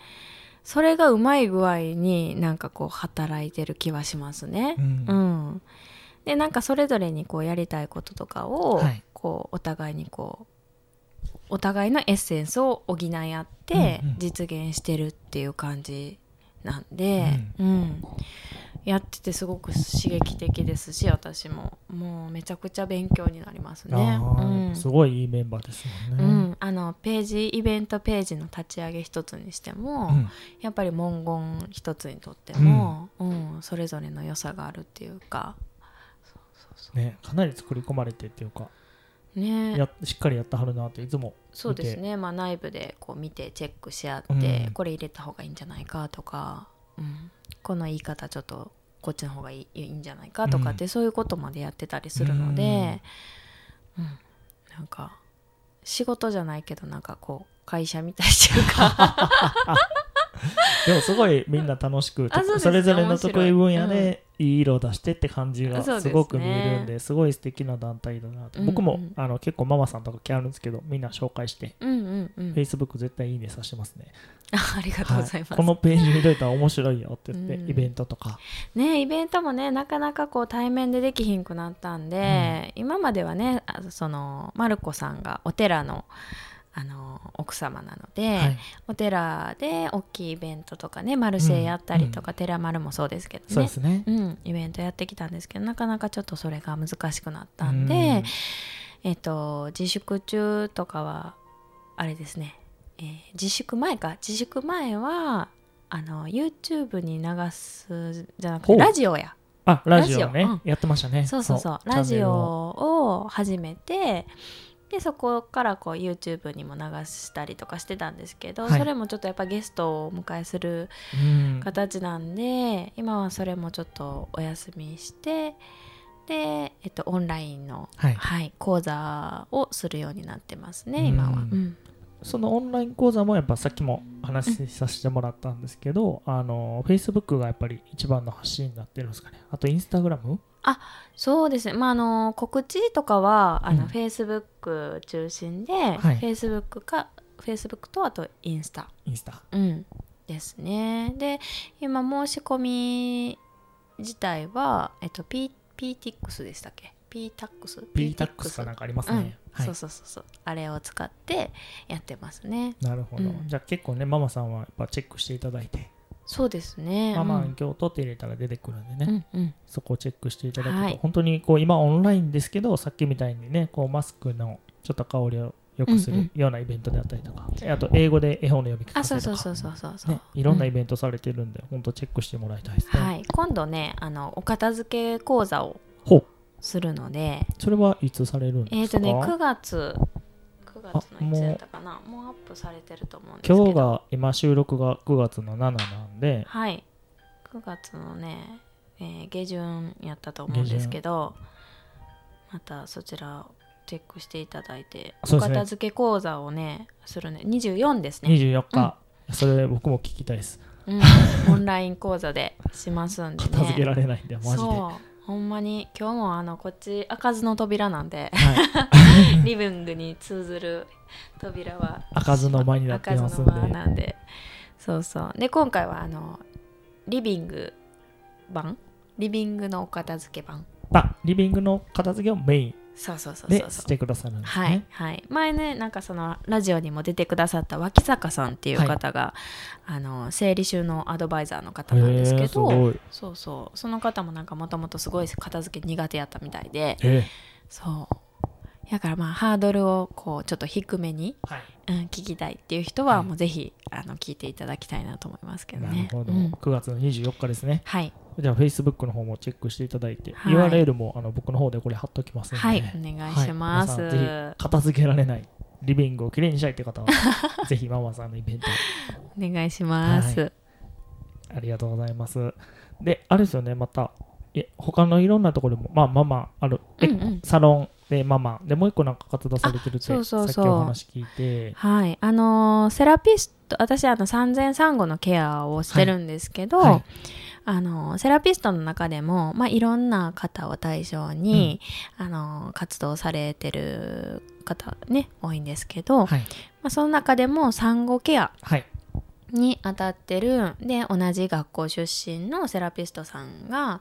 それがうまい具合になんかこう働いてる気はしますねう。んうんでなんかそれぞれにこうやりたいこととかを、はいこうお互いにこうお互いのエッセンスを補い合ってうんうん実現してるっていう感じなんで、うんやっててすごく刺激的ですし私ももうめちゃくちゃ勉強になりますね。あうーんすごいいいメンバーですもんうね。ん、あのページイベントページの立ち上げ一つにしても、うんやっぱり文言一つにとっても、うんそれぞれの良さがあるっていうかね、かなり作り込まれてっていうか、ねやしっかりやってはるなっていつもそうですね、まあ、内部でこう見てチェックし合って、うんこれ入れた方がいいんじゃないかとか、うん、この言い方ちょっとこっちの方がいいいいんじゃないかとかって、うそういうことまでやってたりするので、うんなんか仕事じゃないけどなんかこう会社みたいっていう かでもすごいみんな楽しくあそうですれぞれの得意分面白野いでいい色を出してって感じがそうですすねごく見えるんですごい素敵な団体だなと、うんうん僕もあの結構ママさんとか来はるんですけどみんな紹介して、うんうんうん Facebook 絶対いいねさしてますねあありがとうございます、はいこのページ見といたら面白いよって言って、うんイベントとかねイベントもねなかなかこう対面でできひんくなったんで、今まではねあそのマルコさんがお寺のあの奥様なので、はいお寺で大きいイベントとかねマルシェやったりとか、寺丸もそうですけどねそうですねうん、イベントやってきたんですけどなかなかちょっとそれが難しくなったんで、えっと自粛中とかはあれですね、えー自粛前か自粛前はあの YouTube に流すじゃなくほてうラジオやあラジオねラジオうんやってましたねそうそうそうラジオを始めてでそこからこう YouTube にも流したりとかしてたんですけど、はいそれもちょっとやっぱゲストをお迎えするチャンネルをうん形なんで今はそれもちょっとお休みしてで、えっと、オンラインの、はいはい、講座をするようになってますうんね今は。うんそのオンライン講座もやっぱさっきも話しさせてもらったんですけど、あの Facebook がやっぱり一番の発信になってるんですかねあと Instagram そうですね、まあ、あの告知とかはあの、うん Facebook 中心で、い Facebook か Facebook とあとインスタ、インスタうん、ですねで今申し込み自体は、えっと、P- PTX でしたっけ ?PTAX? PTAX かなんかありますね、はいそうそうそうそうあれを使ってやってますねなるほど、うんじゃあ結構ねママさんはやっぱチェックしていただいて、そうですねマうマん京都って入れたら出てくるんでね、うんうんそこをチェックしていただくと、はい本当にこう今オンラインですけどさっきみたいにねこうマスクのちょっと香りを良くすうんうるようなイベントであったりとか、あと英語で絵本の読み聞あかせそとうかそうそうそうそうそう、ね、いろんなうイベントされてるんで、本当チェックしてもらいたいですね。はい今度ねあのお片付け講座をほうするのでそれはいつされるんですかえっ、とね9月9月のいつやったかなもうアップされてると思うんですけど今日が今収録が9月の7なんで、はい9月のね、えー下旬やったと思うんですけどまたそちらをチェックしていただいて、そおうですね片付け講座をねするね24ですね、 24日、それ僕も聞きたいですうん、 オンライン講座でしますんでね片付けられないんで、マジで、はそうほんまに今日もあのこっち開かずの扉なんでリビングに通ずる扉は開かずの間になってますんで 開かずの間なんでそうそうで今回はあのリビング版リビングのお片付け版い、あリビングの片付けをメイそうそうそンうでそうそしうてくださるんですね、はい、はい、前ねなんかそのラジオにも出てくださった脇坂さんっていう方が、あの整理収納アドバイザーの方なんですけえー、すど、ごい、そうそうその方もなんかもともとすごい片付け苦手やったみたいでえそうだからまあハードルをこうちょっと低めに、ーはいうん、聞きたいっていう人ははいもうぜひ、あの聞いていただきたいなと思いますけどなねるほど、うん9月の24日ですねはい、じゃあ Facebook の方もチェックしていただいて、はい URL もあの僕の方でこれ貼っときますので、はい、お願いします、はい皆さんぜひ片付けられないリビングをきれいにしたいっ て方はぜひママさんのイベントお願いします、はありがとうございますであれですよねまたえ他のいろんなところでもまあママある、えうんうんサロンでママでもう一個なんか活動されてるってあそうそうそうさっきお話聞いてはい、あのーセラピスト私あの産前産後のケアをしてるんですけど、はいはいあのーセラピストの中でも、まあ、いろんな方を対象に、あのー活動されてる方ね多いんですけど、まはいあ、その中でも産後ケアはいに当たってるで同じ学校出身のセラピストさんが、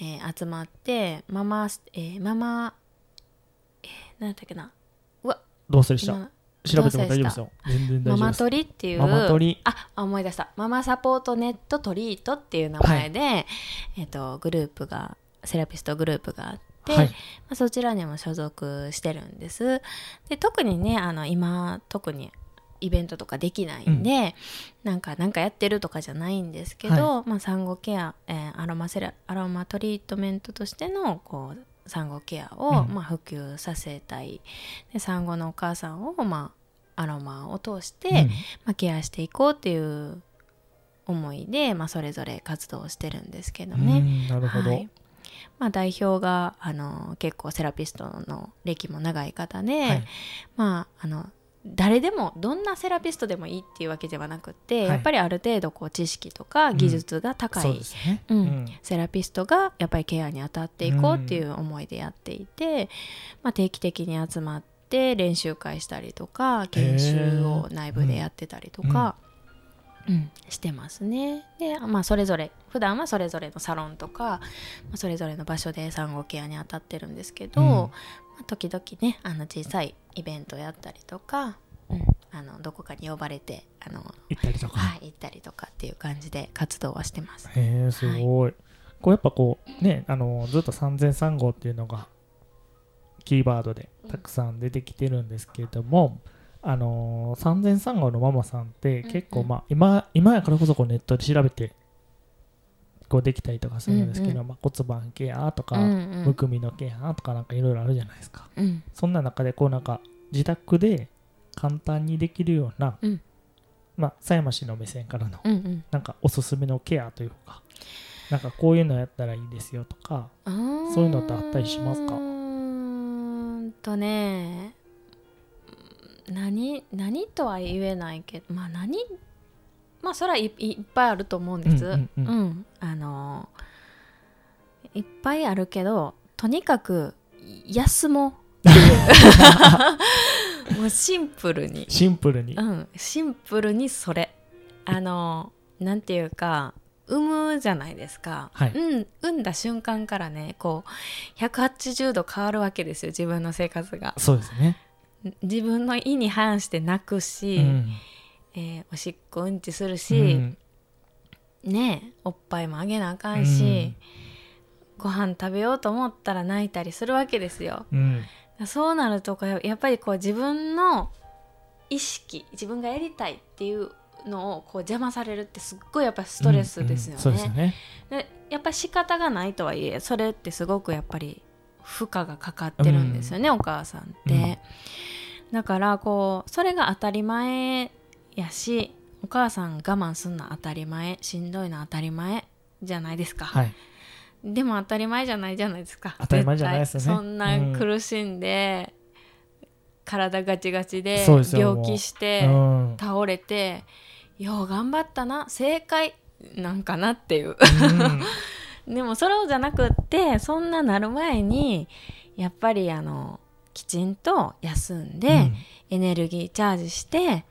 えー集まってママ、えーママ、えー、何だったっけなどうするでした今調べても大丈夫ですよ全然マ大丈夫マです鳥っていうママ鳥あ思い出したママサポートネットトリートっていう名前で、えっとグループがセラピストグループがあって、はいまあ、そちらにも所属してるんですで特にねあの今特にイベントとかできないんで、なんかなんかやってるとかじゃないんですけど、まあ、産後ケア、えーアロマセラアロマトリートメントとしてのこう産後ケアを、うんまあ、普及させたいで産後のお母さんを、まあ、アロマを通して、うんまあ、ケアしていこうっていう思いで、まあ、それぞれ活動をしてるんですけどうね。んなるほど、はいまあ、代表があの結構セラピストの歴も長い方で、はいまあ、あの誰でもどんなセラピストでもいいっていうわけではなくって、はいやっぱりある程度こう知識とか技術が高そういですね、うんセラピストがやっぱりケアに当たっていこうっていう思いでやっていて、まあ、定期的に集まって練習会したりとか研修を内部でやってたりとか、うんしてますね。で、まあ、それぞれ普段はそれぞれのサロンとか、まあ、それぞれの場所で産後ケアに当たってるんですけど、うんまあ、時々ねあの小さいイベントやったりとか、うん、あのどこかに呼ばれてあの、行ったりとか、はい、行ったりとかっていう感じで活動はしてます。へえすごい、こうやっぱこうねあのずっと3003号っていうのがキーワードでたくさん出てきてるんですけれども、あの3003号のママさんって結構うんうんまあ今今やからこそこうネットで調べてこうできたりとかするんですけど、うんうまあ、骨盤ケアとか、うんうんむくみのケアとかなんかいろいろあるじゃないですかうんそんな中でこうなんか自宅で簡単にできるような、うんまあ狭山市の目線からのうんうんなんかおすすめのケアというか、なんかこういうのやったらいいですよとか、そそういうのってあったりしますかうーんとね何何とは言えないけどまあ何まあそれはい、いっぱいあると思うんです。ううんんうんうあのいっぱいあるけどとにかく休もうっていう もうシンプルにシンプルに。うん、シンプルにそれあのなんていうか産むじゃないですか、はいうん、産んだ瞬間からねこう180度変わるわけですよ自分の生活がそうですね。自分の意に反して泣くし、うんえーおしっこうんちするうし、んねえおっぱいもあげなあかんし、ご飯食べようと思ったら泣いたりするわけですようんそうなるとこうやっぱりこう自分の意識自分がやりたいっていうのをこう邪魔されるってすっごいやっぱストレスですようんうんそうですね。ね。でやっぱり仕方がないとはいえそれってすごくやっぱり負荷がかかってるんですよね、お母さんって、うんだからこうそれが当たり前やしお母さん我慢すんの当たり前しんどいの当たり前じゃないですか、はい。でも当たり前じゃないじゃないですか当たり前じゃないですよね絶対そんな苦しんで、体ガチガチでそうですよ病気してうん。倒れてよう頑張ったな正解なんかなっていううん でもそれをじゃなくってそんななる前にやっぱりあのきちんと休んで、うんエネルギーチャージして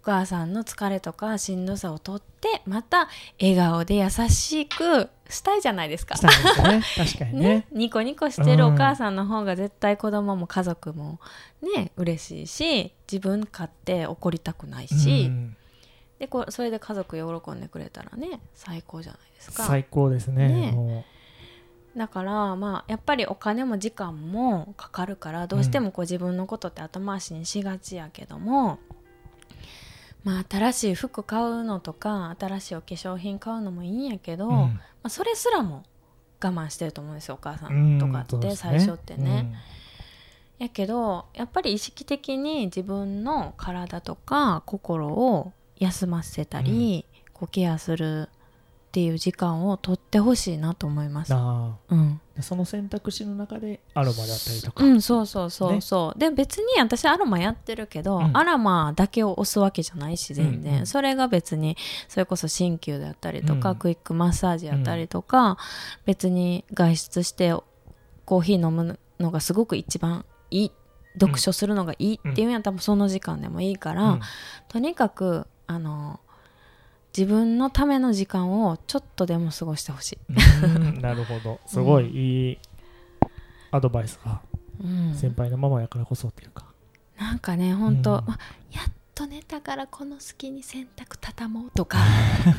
お母さんの疲れとかしんどさをとってまた笑顔で優しくしたいじゃないですかし。たいですね。確かにねね。ニコニコしてるお母さんの方が絶対子供も家族もね嬉しいし自分勝手怒りたくないし、うんでこうそれで家族喜んでくれたらね最高じゃないですか。最高ですね。ねもだからまあやっぱりお金も時間もかかるからどうしてもこう自分のことって後回しにしがちやけども、まあ新しい服買うのとか新しいお化粧品買うのもいいんやけど、うまあ、それすらも我慢してると思うんですよお母さうんんとかそうっでてす最初ってね。うんやけどやっぱり意識的に自分の体とか心を休ませたり、こうケアするっていう時間を取ってほしいなと思います。なうんあでその選択肢の中でアロマだったりとかう。んそうそうそうそう、で別に私アロマやってるけど、うんアロマだけを押すわけじゃないし全然、うんうんそれが別にそれこそ鍼灸だったりとか、うんクイックマッサージやったりとか、別に外出してコーヒー飲むのがすごく一番いい読書するのがいいっていうんやったらその時間でもいいから、うんとにかくあの自分のための時間をちょっとでも過ごしてほしい。うんなるほど。すごいいいアドバイスがうん先輩のママやからこそっていうか。なんかね本当、うんまやっと寝たからこの隙に洗濯畳もうとか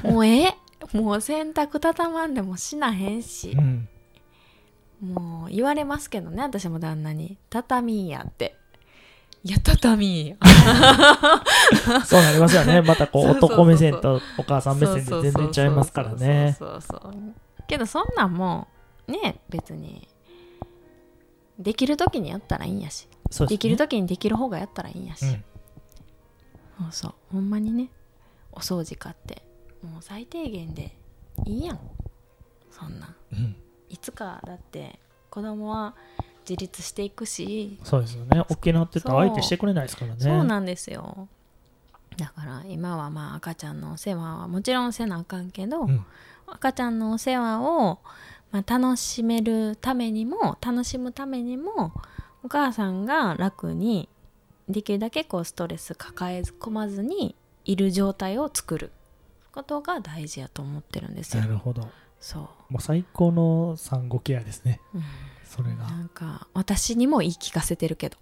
もうええもう洗濯畳まんでもしなへんしうんもう言われますけどね私も旦那に「畳や」って「いや畳や」そうなります よね。またこうそうそうそうそう男目線とお母さん目そう線そでう全然ちゃいますからね。そうそうそうけどそんなんもうね別にできる時にやったらいいんやしそうできると時にできる方がやったらいいんやし、そうそうほんまにねお掃除買ってもう最低限でいいやんそんなんいつかだって子供は自立していくし、そうですよね。大きなってたら相手してくれないですからね。そうなんですよだから今はまあ赤ちゃんのお世話はもちろんせなあかんけど、うん赤ちゃんのお世話を、まあ、楽しめるためにも楽しむためにもお母さんが楽にできるだけこうストレス抱え込まずにいる状態を作ることが大事やと思ってるんですよな。るほど。そもう最高の産後ケアですね。う、うんそれが。なんか私にも言い聞かせてるけど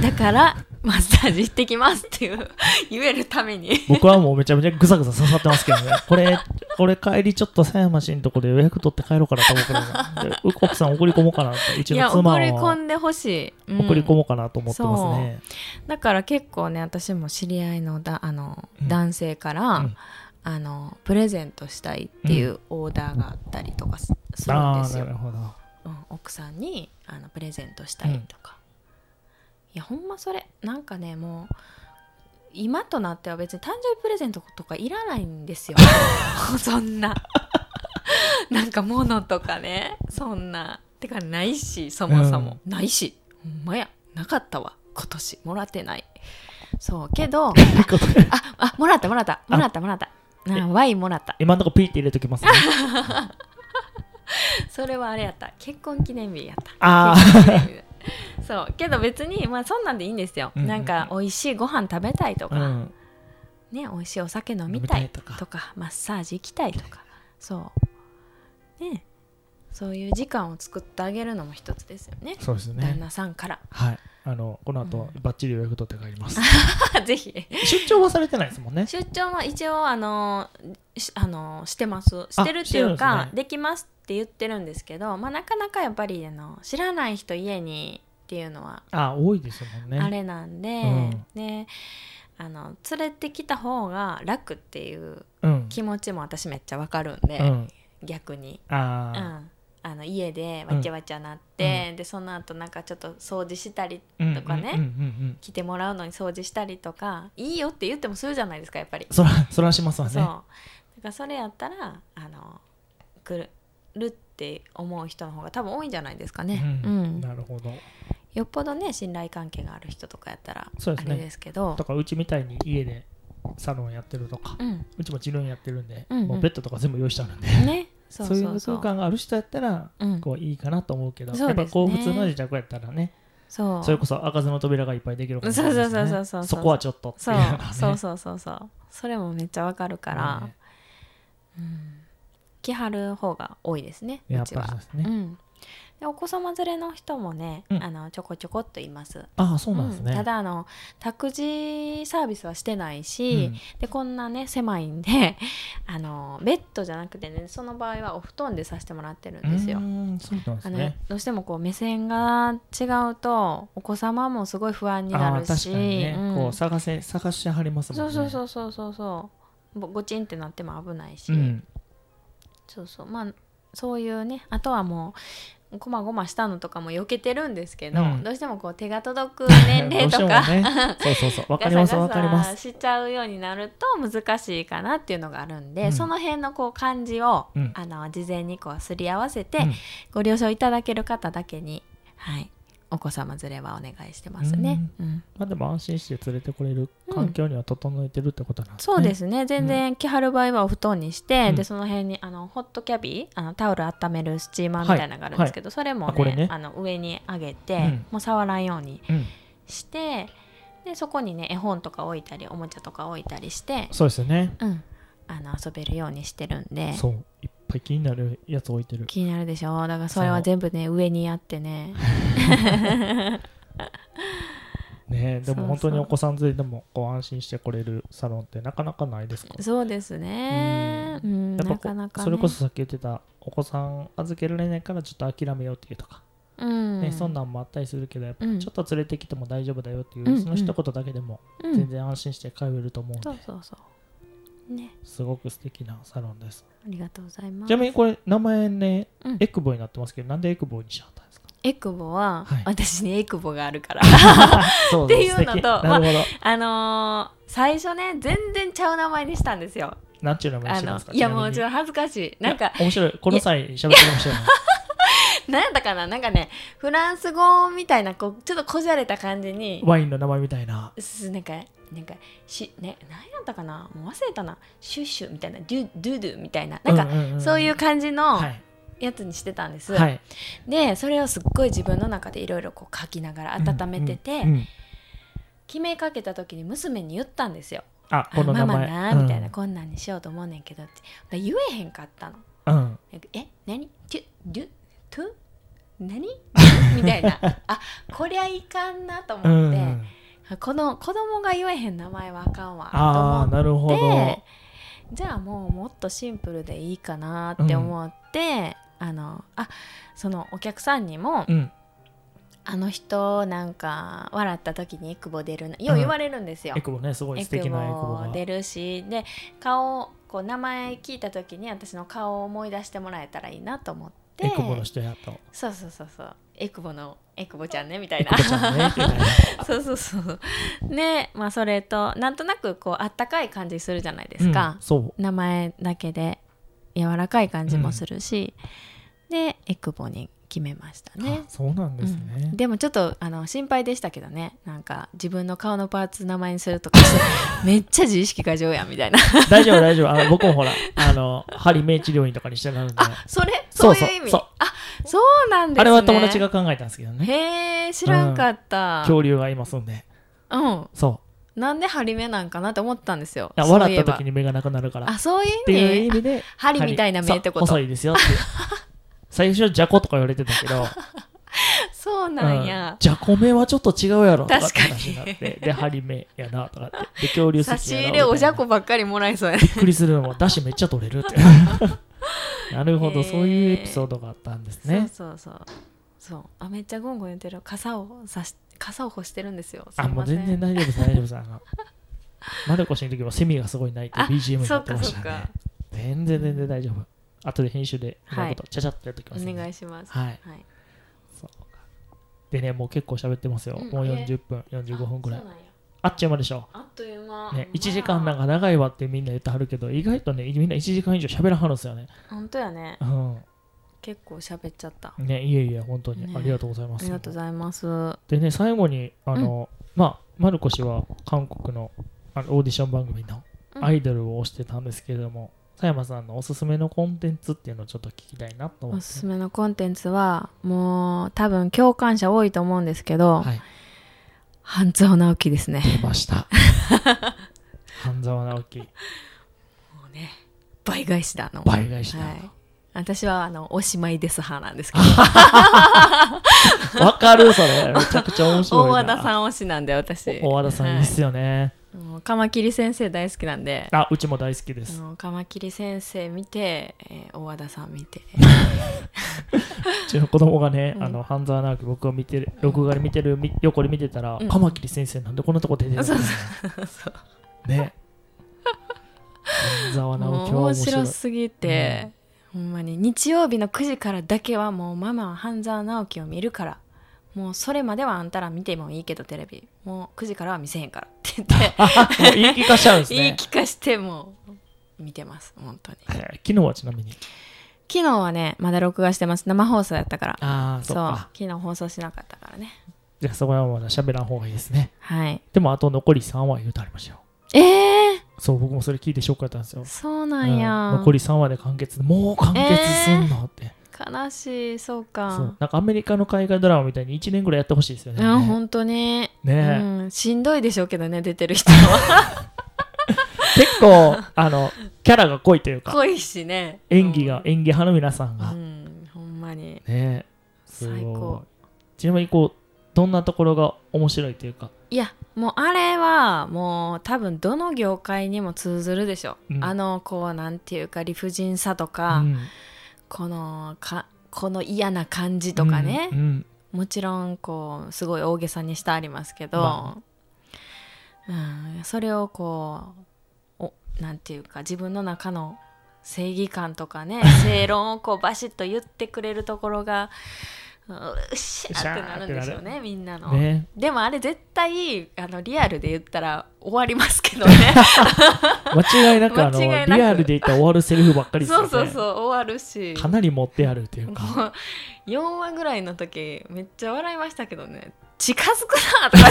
だ からマッサージ行ってきますっていう言えるために僕はもうめちゃめちゃぐさぐさ刺さってますけどね。 これ、これ帰りちょっと狭山市のとこで予約取って帰ろうかなと思うから、ね、で奥さん送り込もうかなって、うちいのや送妻り込をんでほしい、うん送り込もうかなと思ってますね。だから結構ね私も知り合いのだあの、うん男性から、うんあのプレゼントしたいっていうオーダーがあったりとかすするんあであ、すなよる、ほど。うん、奥さんにあのプレゼントしたいとか、いやほんまそれなんかねもう今となっては別に誕生日プレゼントとかいらないんですよそんななんか物とかねそんなてかないしそもそも、ないしほんまやなかったわ今年もらってないそうけどああもらったもらったもらったもらったなワインもらった今のとこピーって入れときます ね。それはあれやった結婚記念日やったあそうけど別にまあそんなんでいいんですよ、うんうんなんか美味しいご飯食べたいとあ、か、うん。ね美味しいお酒飲みた飲みいたいととかかマッサージ行きたいとかそうねそういう時間を作ってあげるのも一つですよねそうです旦ね。那さんから はい。あの、この後、バッチリ予約取って帰ります。ぜひ 出張はされてないですもんね。出張も一応あのしあのしてますしてるっていうしてるかんですできますって言ってるんですけど、まあ、なかなかやっぱりあの知らない人家にっていうのは あ、多いですもんね。あれなんで、うんねあの連れてきた方が楽っていううん。気持ちも私めっちゃわかるんで、うん。逆に、うああ、ん、あの家でわちゃわちゃなって、でその後なんかちょっと掃除したりうんとかねうんうんうんうん来てもらうのに掃除したりとかいいよって言ってもするじゃないですかやっぱり。そらそらしますわそうだねからそれやったらあの来るって思う人の方が多分多いんじゃないですかね。ううんん、なるほどよっぽどね信頼関係がある人とかやったらそうですあねれですけどだからうちみたいに家でサロンやってるとかうんうちも治療院やってるんで、うんうんもうベッドとか全部用意してあるんでねそ そううそういうそ無う空間がある人やったらうんこういいかなと思うけど、そうやですねっぱこう普通の自宅やったらねそうそれこそ開かずの扉がいっぱいできるかもしれないですねそうそうそうそうそうそこはちょっとってそいううのがねそうそうそうそうそれもめっちゃわかるから、ね来はる方が多いですねやうっちぱそうは、ですね、うんでお子様連れの人もね、うんあのちょこちょこっといますああそうなんですね、うんただあの託児サービスはしてないうん、し、でこんなね狭いんで あのベッドじゃなくてねその場合はお布団でさせてもらってるんですようー。んそうなんあですのねどうしてもこう目線が違うとお子様もすごい不安になあるー確しかにね、うんこう探せ探してはりますもんそねうそうそううそうそうそうぼごちんってなっても危ないし、ん、そうそうまあそういうねあとはもうごまごましたのとかも避けてるんですけど、うんどうしてもこう手が届く年齢とか どうしてもね、そうそうそうわかガりサますわガかりまサすしちゃうようになると難しいかなっていうのがあるんで、うんその辺のこう感じを、うんあの事前にこうすり合わせて、うんご了承いただける方だけに、はい、お子様連れはお願いしてますね。うんまあでも安心して連れてこれる環境には整えてるってことなんですね、そうですね全然着はる場合はお布団にして、うんでその辺にあのホットキャビーあのタオル温めるスチーマーみたいなのがあるんですけど、それもあこねれあねの上に上げて、うんもう触らんようにうんしてでそこにね絵本とか置いたりおもちゃとか置いたりして、そうですよねうん、あの遊べるようにしてるんでそういっぱい気になるやつ置いてる気になるでしょだからそれは全部ね上にやってねねでそうそうも本当にお子さん連れでもこう安心して来れるサロンってなかなかないですかそうですねうん、やっぱなこかうなか、ね、それこそさっき言ってたお子さん預けられないからちょっと諦めようっていうとか、うん、ね、そんなんもあったりするけどやっぱうんちょっと連れてきても大丈夫だよっていう、うんその一言だけでもうん全然安心して通えると思うんで、そうそうそうねすごく素敵なサロンですありがとうございますちなみにこれ名前ね、うんエクボになってますけどなんでエクボにしちゃった んですかエクボは、はい私にエクボがある からそうっていうのと素敵まあなるほど、あのー最初ね全然ちゃう名前にしたんですよなんちゅう名前にあしてまのすかいやもうちょっっと恥ずかしいなんか面白いこの際喋ってましたよね何やったかななんかねフランス語みたいなこうちょっとこじゃれた感じにワインの名前みたいなすなんかなんかしね何やったかなもう忘れたなシュッシュみたいなドゥドゥドゥみたいななんか、うううそういう感じのはいやつにしてたんです、はいでそれをすっごい自分の中でいろいろこう書きながら温めてて、うんうんうん決めかけた時に娘に言ったんですよあ「この名ママ前な」みたいな、こんなんにしようと思うねんけど」ってだ言えへんかったのうんうん「なんかえ何チュデュトゥ何?」 みたいな「あこりゃいかんな」と思って、うんこの子供が言えへん名前はあかんわああとなるほど思ってじゃあもうもっとシンプルでいいかなって思って、あのあそのお客さんにもう、んあの人なんか笑った時にエクボ出るなよううん言われるんですよエ。クボねすごいエ素ク敵なエクボボが出るしで顔こう名前聞いた時に私の顔を思い出してもらえたらいいなと思ってエクボの人やとそうそうそうそうエクボのエクボちゃんねみたいエなクボちゃんねみたいな そうそうそうねまあそれとなんとなくこうあったかい感じするじゃないですかうん、そう名前だけで柔らかい感じもするし、でエクボに決めましたねあそうなんですねうん、でもちょっとあの心配でしたけどねなんか自分の顔のパーツ名前にするとか めっちゃ自意識過剰やんみたいな大丈夫大丈夫あの僕もほらあの針目治療院とかにしてなるんであそれそそうういそうう意味そうあそうなんですねあれは友達が考えたんですけどねへえ知らんかった、恐竜がいますんでうんそなんで張り目なんかなって思ったんですよういやそうい笑っえたば時に目がなくなるからっあそういうていう意意味味で針みたいな目ってことそう細いですよっていう最初ジャコとか言われてたけど そうなんや、じゃこめはちょっと違うやろとかって確かに話になってで針目やなとかってで恐竜差席しやな入みれたいなおじゃこばっかりもらいそうやねびっくりするのもだしめっちゃ取れ るってなるほへどーそういうエピソードがあったんですねそうそうそうそうあめっちゃゴンゴン言ってる傘をさし傘を干してるんですよすいませんあもう全然大丈夫です大丈夫ですあのマルコ氏の時はセミがすごい鳴いてあ BGM にそなうってかまそしうたねか全然全然大丈夫後で編集でうまいことちゃちゃっとやっておきますんで、お願いします。はいはい。でねもう結構喋ってますよ、うんもうあれ40分45分くらいあそうなんやあっちゅう間でしょあっという間。ね、1時間なんか長いわってみんな言ってはるけど意外とねみんな1時間以上喋らはるんですよね。本当やね。うん、結構喋っちゃった。あねいえいえ本当にねありがとうございます。りがとうございます。はでね最後にあの、まあマルコ氏は韓国のあのオーディション番組のうんアイドルを推してたんですけれども、佐山さんのおすすめのコンテンツっていうのをちょっと聞きたいなと思おっすすて。めのコンテンツはもう多分共感者多いと思うんですけど、はい、半沢直樹ですね。 出ました。半沢直樹もうね倍返しだの。倍返しだはい。私はあのおしまいです派なんですけど、わかるそれめちゃくちゃ面白大いな。和田さん推しなんで私。お大和田さんいいっすよね。はいもうカマキリ先生大好きなんで。あうちも大好きです。あのカマキリ先生見て、えー大和田さん見てうちの子供がね、うんあの半沢直樹僕を見てる録画で見てるみ横で見てたら、うんカマキリ先生なんでこんなとこ出てるのそうそうね半沢直も樹うは面面白白いすぎて、ほんまに日曜日の9時からだけはもうママは半沢直樹を見るからもうそれまではあんたら見てもいいけどテレビもう9時からは見せへんからって言 って、もう言い聞かしちゃうんです言いね聞かしてもう見てます本当にえー昨日はちなみに昨日はねまだ録画してます生放送やったからああそそううか昨日放送しなかったからねじゃあそこはまだ喋らん方がいいですねはいでもあと残り3話言うてありましたよえー、そう僕もそれ聞いてショックやったんですよ、そうなんや、うん残り3話で完結もう完結すんのって、悲しいそうかそうなんかアメリカの海外ドラマみたいに1年ぐらいやってほしいですよね、うん、本当に、ねえうん、しんどいでしょうけどね出てる人は結構 あのキャラが濃いというか濃いしね演技が、演技派の皆さうんん、が、うんほんまにねすごい最高ちなみにこうどんなところが面白いというかいやもうあれはもう多分どの業界にも通ずるでしょ、うんあのこうなんていうか理不尽さとか、うんこのかこの嫌な感じとかね、うんうんもちろんこうすごい大げさにしてありますけど、まうん、それをこうおなんていうか自分の中の正義感とか ね正論をこうバシッと言ってくれるところがうっしゃーってなるんですようっしゃーってなねみんなの。ねでもあれ絶対あのリアルで言ったら終わりますけど ね間違いなくあの 間違いなくリアルで言ったら終わるセリフばっかりですよそねう そうそう終わるしかなり持ってあるというかもう4話ぐらいの時めっちゃ笑いましたけどね近づくなとか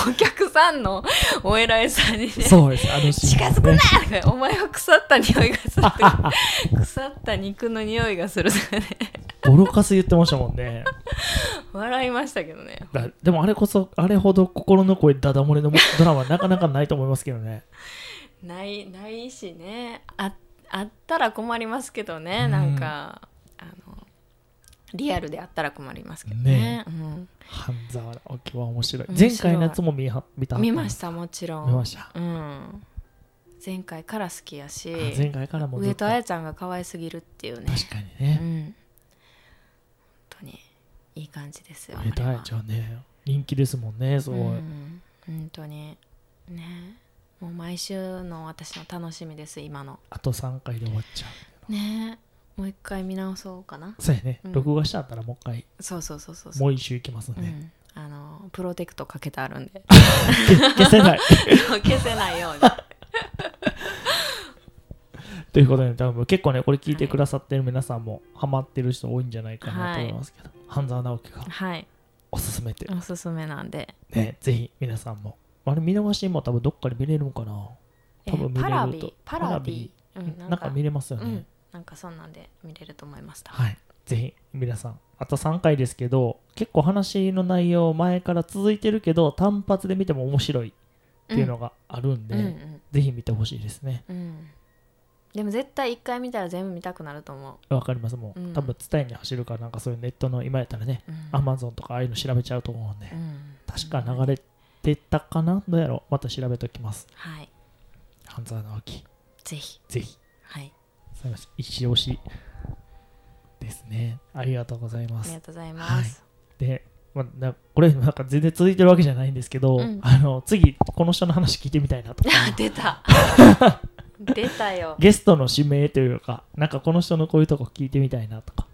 ってお客さんのお偉いさんにねそうですあのシ近ーンづくねなとかお前は腐った匂いがするとか腐った肉の匂いがするとかねボロカス言ってましたもんね笑いましたけどねだでもあれこそあれほど心の声ダダ漏れのドラマなかなかないと思いますけどねないないしねああったら困りますけどね、なんかあのリアルであったら困りますけどねねうん半沢直樹は面白い面白い前回のやつも見は見た見ましたもちろん見ましたうん、前回から好きやしあ前回からもず上っと戸彩ちゃんが可愛すぎるっていうね確かにうね、ん、本当にいい感じですよ上戸彩ちゃんね人気ですもんねすあごい、れはうん、本当にねもう毎週の私の楽しみです今のあと3回で終わっちゃうねもう一回見直そうかなそうやね、うん録画してあったらもう一回そうそうそうそうもうう一周行きますんで、ん、あのプロテクトかけてあるん でけ消せない 消せないようにということで多分結構ねこれ聞いてくださってる皆さんもハマってる人多いんじゃないかなと思いますけど、半沢直樹がはいおすすめって、おすすめなんでねぜひ皆さんもあれ見逃しも多分どっかで見れるのかな多分見れるとパラビパラビうんなんか見れますよね、うん、なんかそんなんで見れると思いました。はいぜひ皆さんあと3回ですけど結構話の内容前から続いてるけど単発で見ても面白いっていうのがあるんで、うんうんぜひ見てほしいですねうんうんでも絶対一回見たら全部見たくなると思わかりますもう、うん多分伝えに走るからなんかそういうネットの今やったらねう。うんアマゾンとかああいうの調べちゃうと思うんで、うん確か流れてたかなどうやろうまた調べときますはい、半沢直樹ぜひ、ぜひはい、最後一押しですねありがとうございあまりすがとうございます。で、まあ、なこれなんか全然続いてるわけじゃないんですけど、うん あの次この人の話聞いてみたいなとか出た。出たよゲストの指名というかなんかこの人のこういうとこ聞いてみたいなとか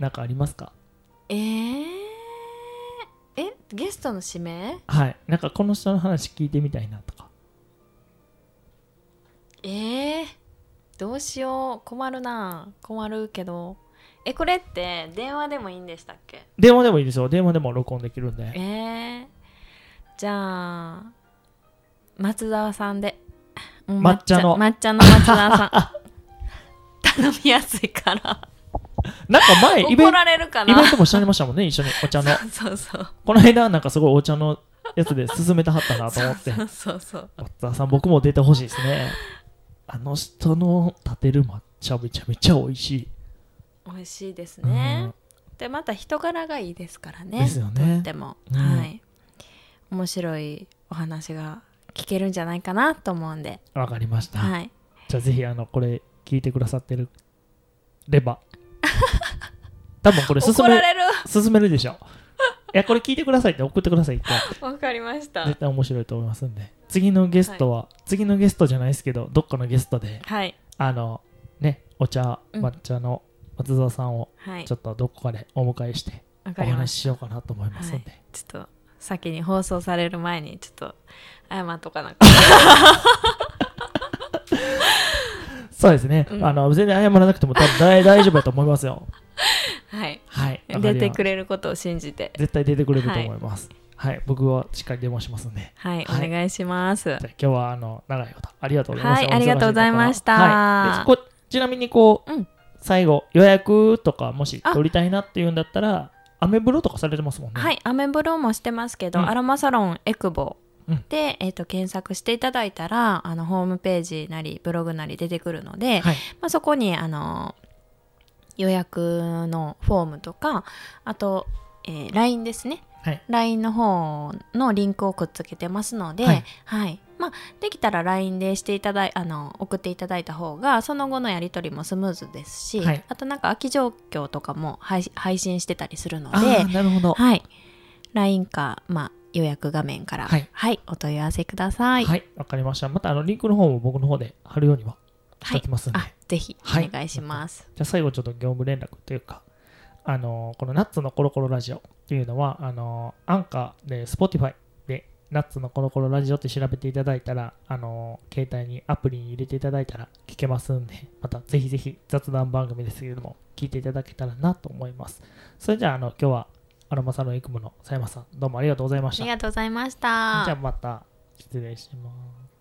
なんかありますかえー、えゲストの指名はいなんかこの人の話聞いてみたいなとかえー、どうしよう困るな困るけどえこれって電話でもいいんでしたっけ電話でもいいですよ電話でも録音できるんえでー、じゃあ松沢さんでうん抹茶の抹茶の松沢さ ん頼みやすいからなんか前イベ怒ントられるかイなベントも一緒にいましたもんね一緒にお茶のそうそうこの間なんかすごいお茶のやつで進めてはったなと思ってそうそうそう松田さん僕も出てほしいですねあの人の立てる抹茶めちゃめちゃ美味しい、美味しいですうんね、でまた人柄がいいですからねですよねでも、うんはい面白いお話が聞けるんじゃないかなと思うんで、わかりました、はい、じゃあぜひあのこれ聞いてくださってる レバ多分これ進怒めらるれる進め るでしょいやこれ聞いてくださいって送ってくださいってわかりました絶対面白いと思いますんで次のゲストは、次のゲストじゃないですけどどっかのゲストではいあのねお茶うん抹茶の松沢さんをはいちょっとどこかでお迎えしてわおかりま話しししようかなと思いますんで、たちょっと先に放送される前にちょっと謝っとかなそうですね、うんあの全然謝らなくても多分大大丈夫だと思いますよ はいはいわか出りまてくれることを信じて絶対出てくれると思いますはい、僕はしっかり電話しますんではい、はいお願いしますじゃあ今日はあの長いことありがとうございました。はいありがとうございましたはいでこちなみにこう、うん最後予約とかもしあ取りたいなっていうんだったらアメブロとかされてますもんね。はい、アメブロもしてますけど、うんアロマサロンエクボうんで、えっと検索していただいたらあのホームページなりブログなり出てくるので、はいまあ、そこにあの予約のフォームとかあと、えー LINE ですね、はい LINE の方のリンクをくっつけてますので、ははいいまあ、できたら LINE でしていただいあの送っていただいた方がその後のやり取りもスムーズですし、はいあとなんか空き状況とかも配信配信してたりするので。ああなるほど。はい。LINE か、まあ、予約画面から、ははいい、お問い合わせください。はいわかりました。またあのリンクの方も僕の方で貼るようにはしておきますんで、あ、ぜひ、はいお願いします。じゃあ最後ちょっと業務連絡というか。あのこのナッツのコロコロラジオっていうのはあのアンカーで Spotify でナッツのコロコロラジオって調べていただいたらあの携帯にアプリに入れていただいたら聞けますんでまたぜひぜひ雑談番組ですけれども聞いていただけたらなと思いますそれじゃああの今日はアロマサロンイクムの佐山さんどうもありがとうございましあたりじゃがとうございました。あまた失礼します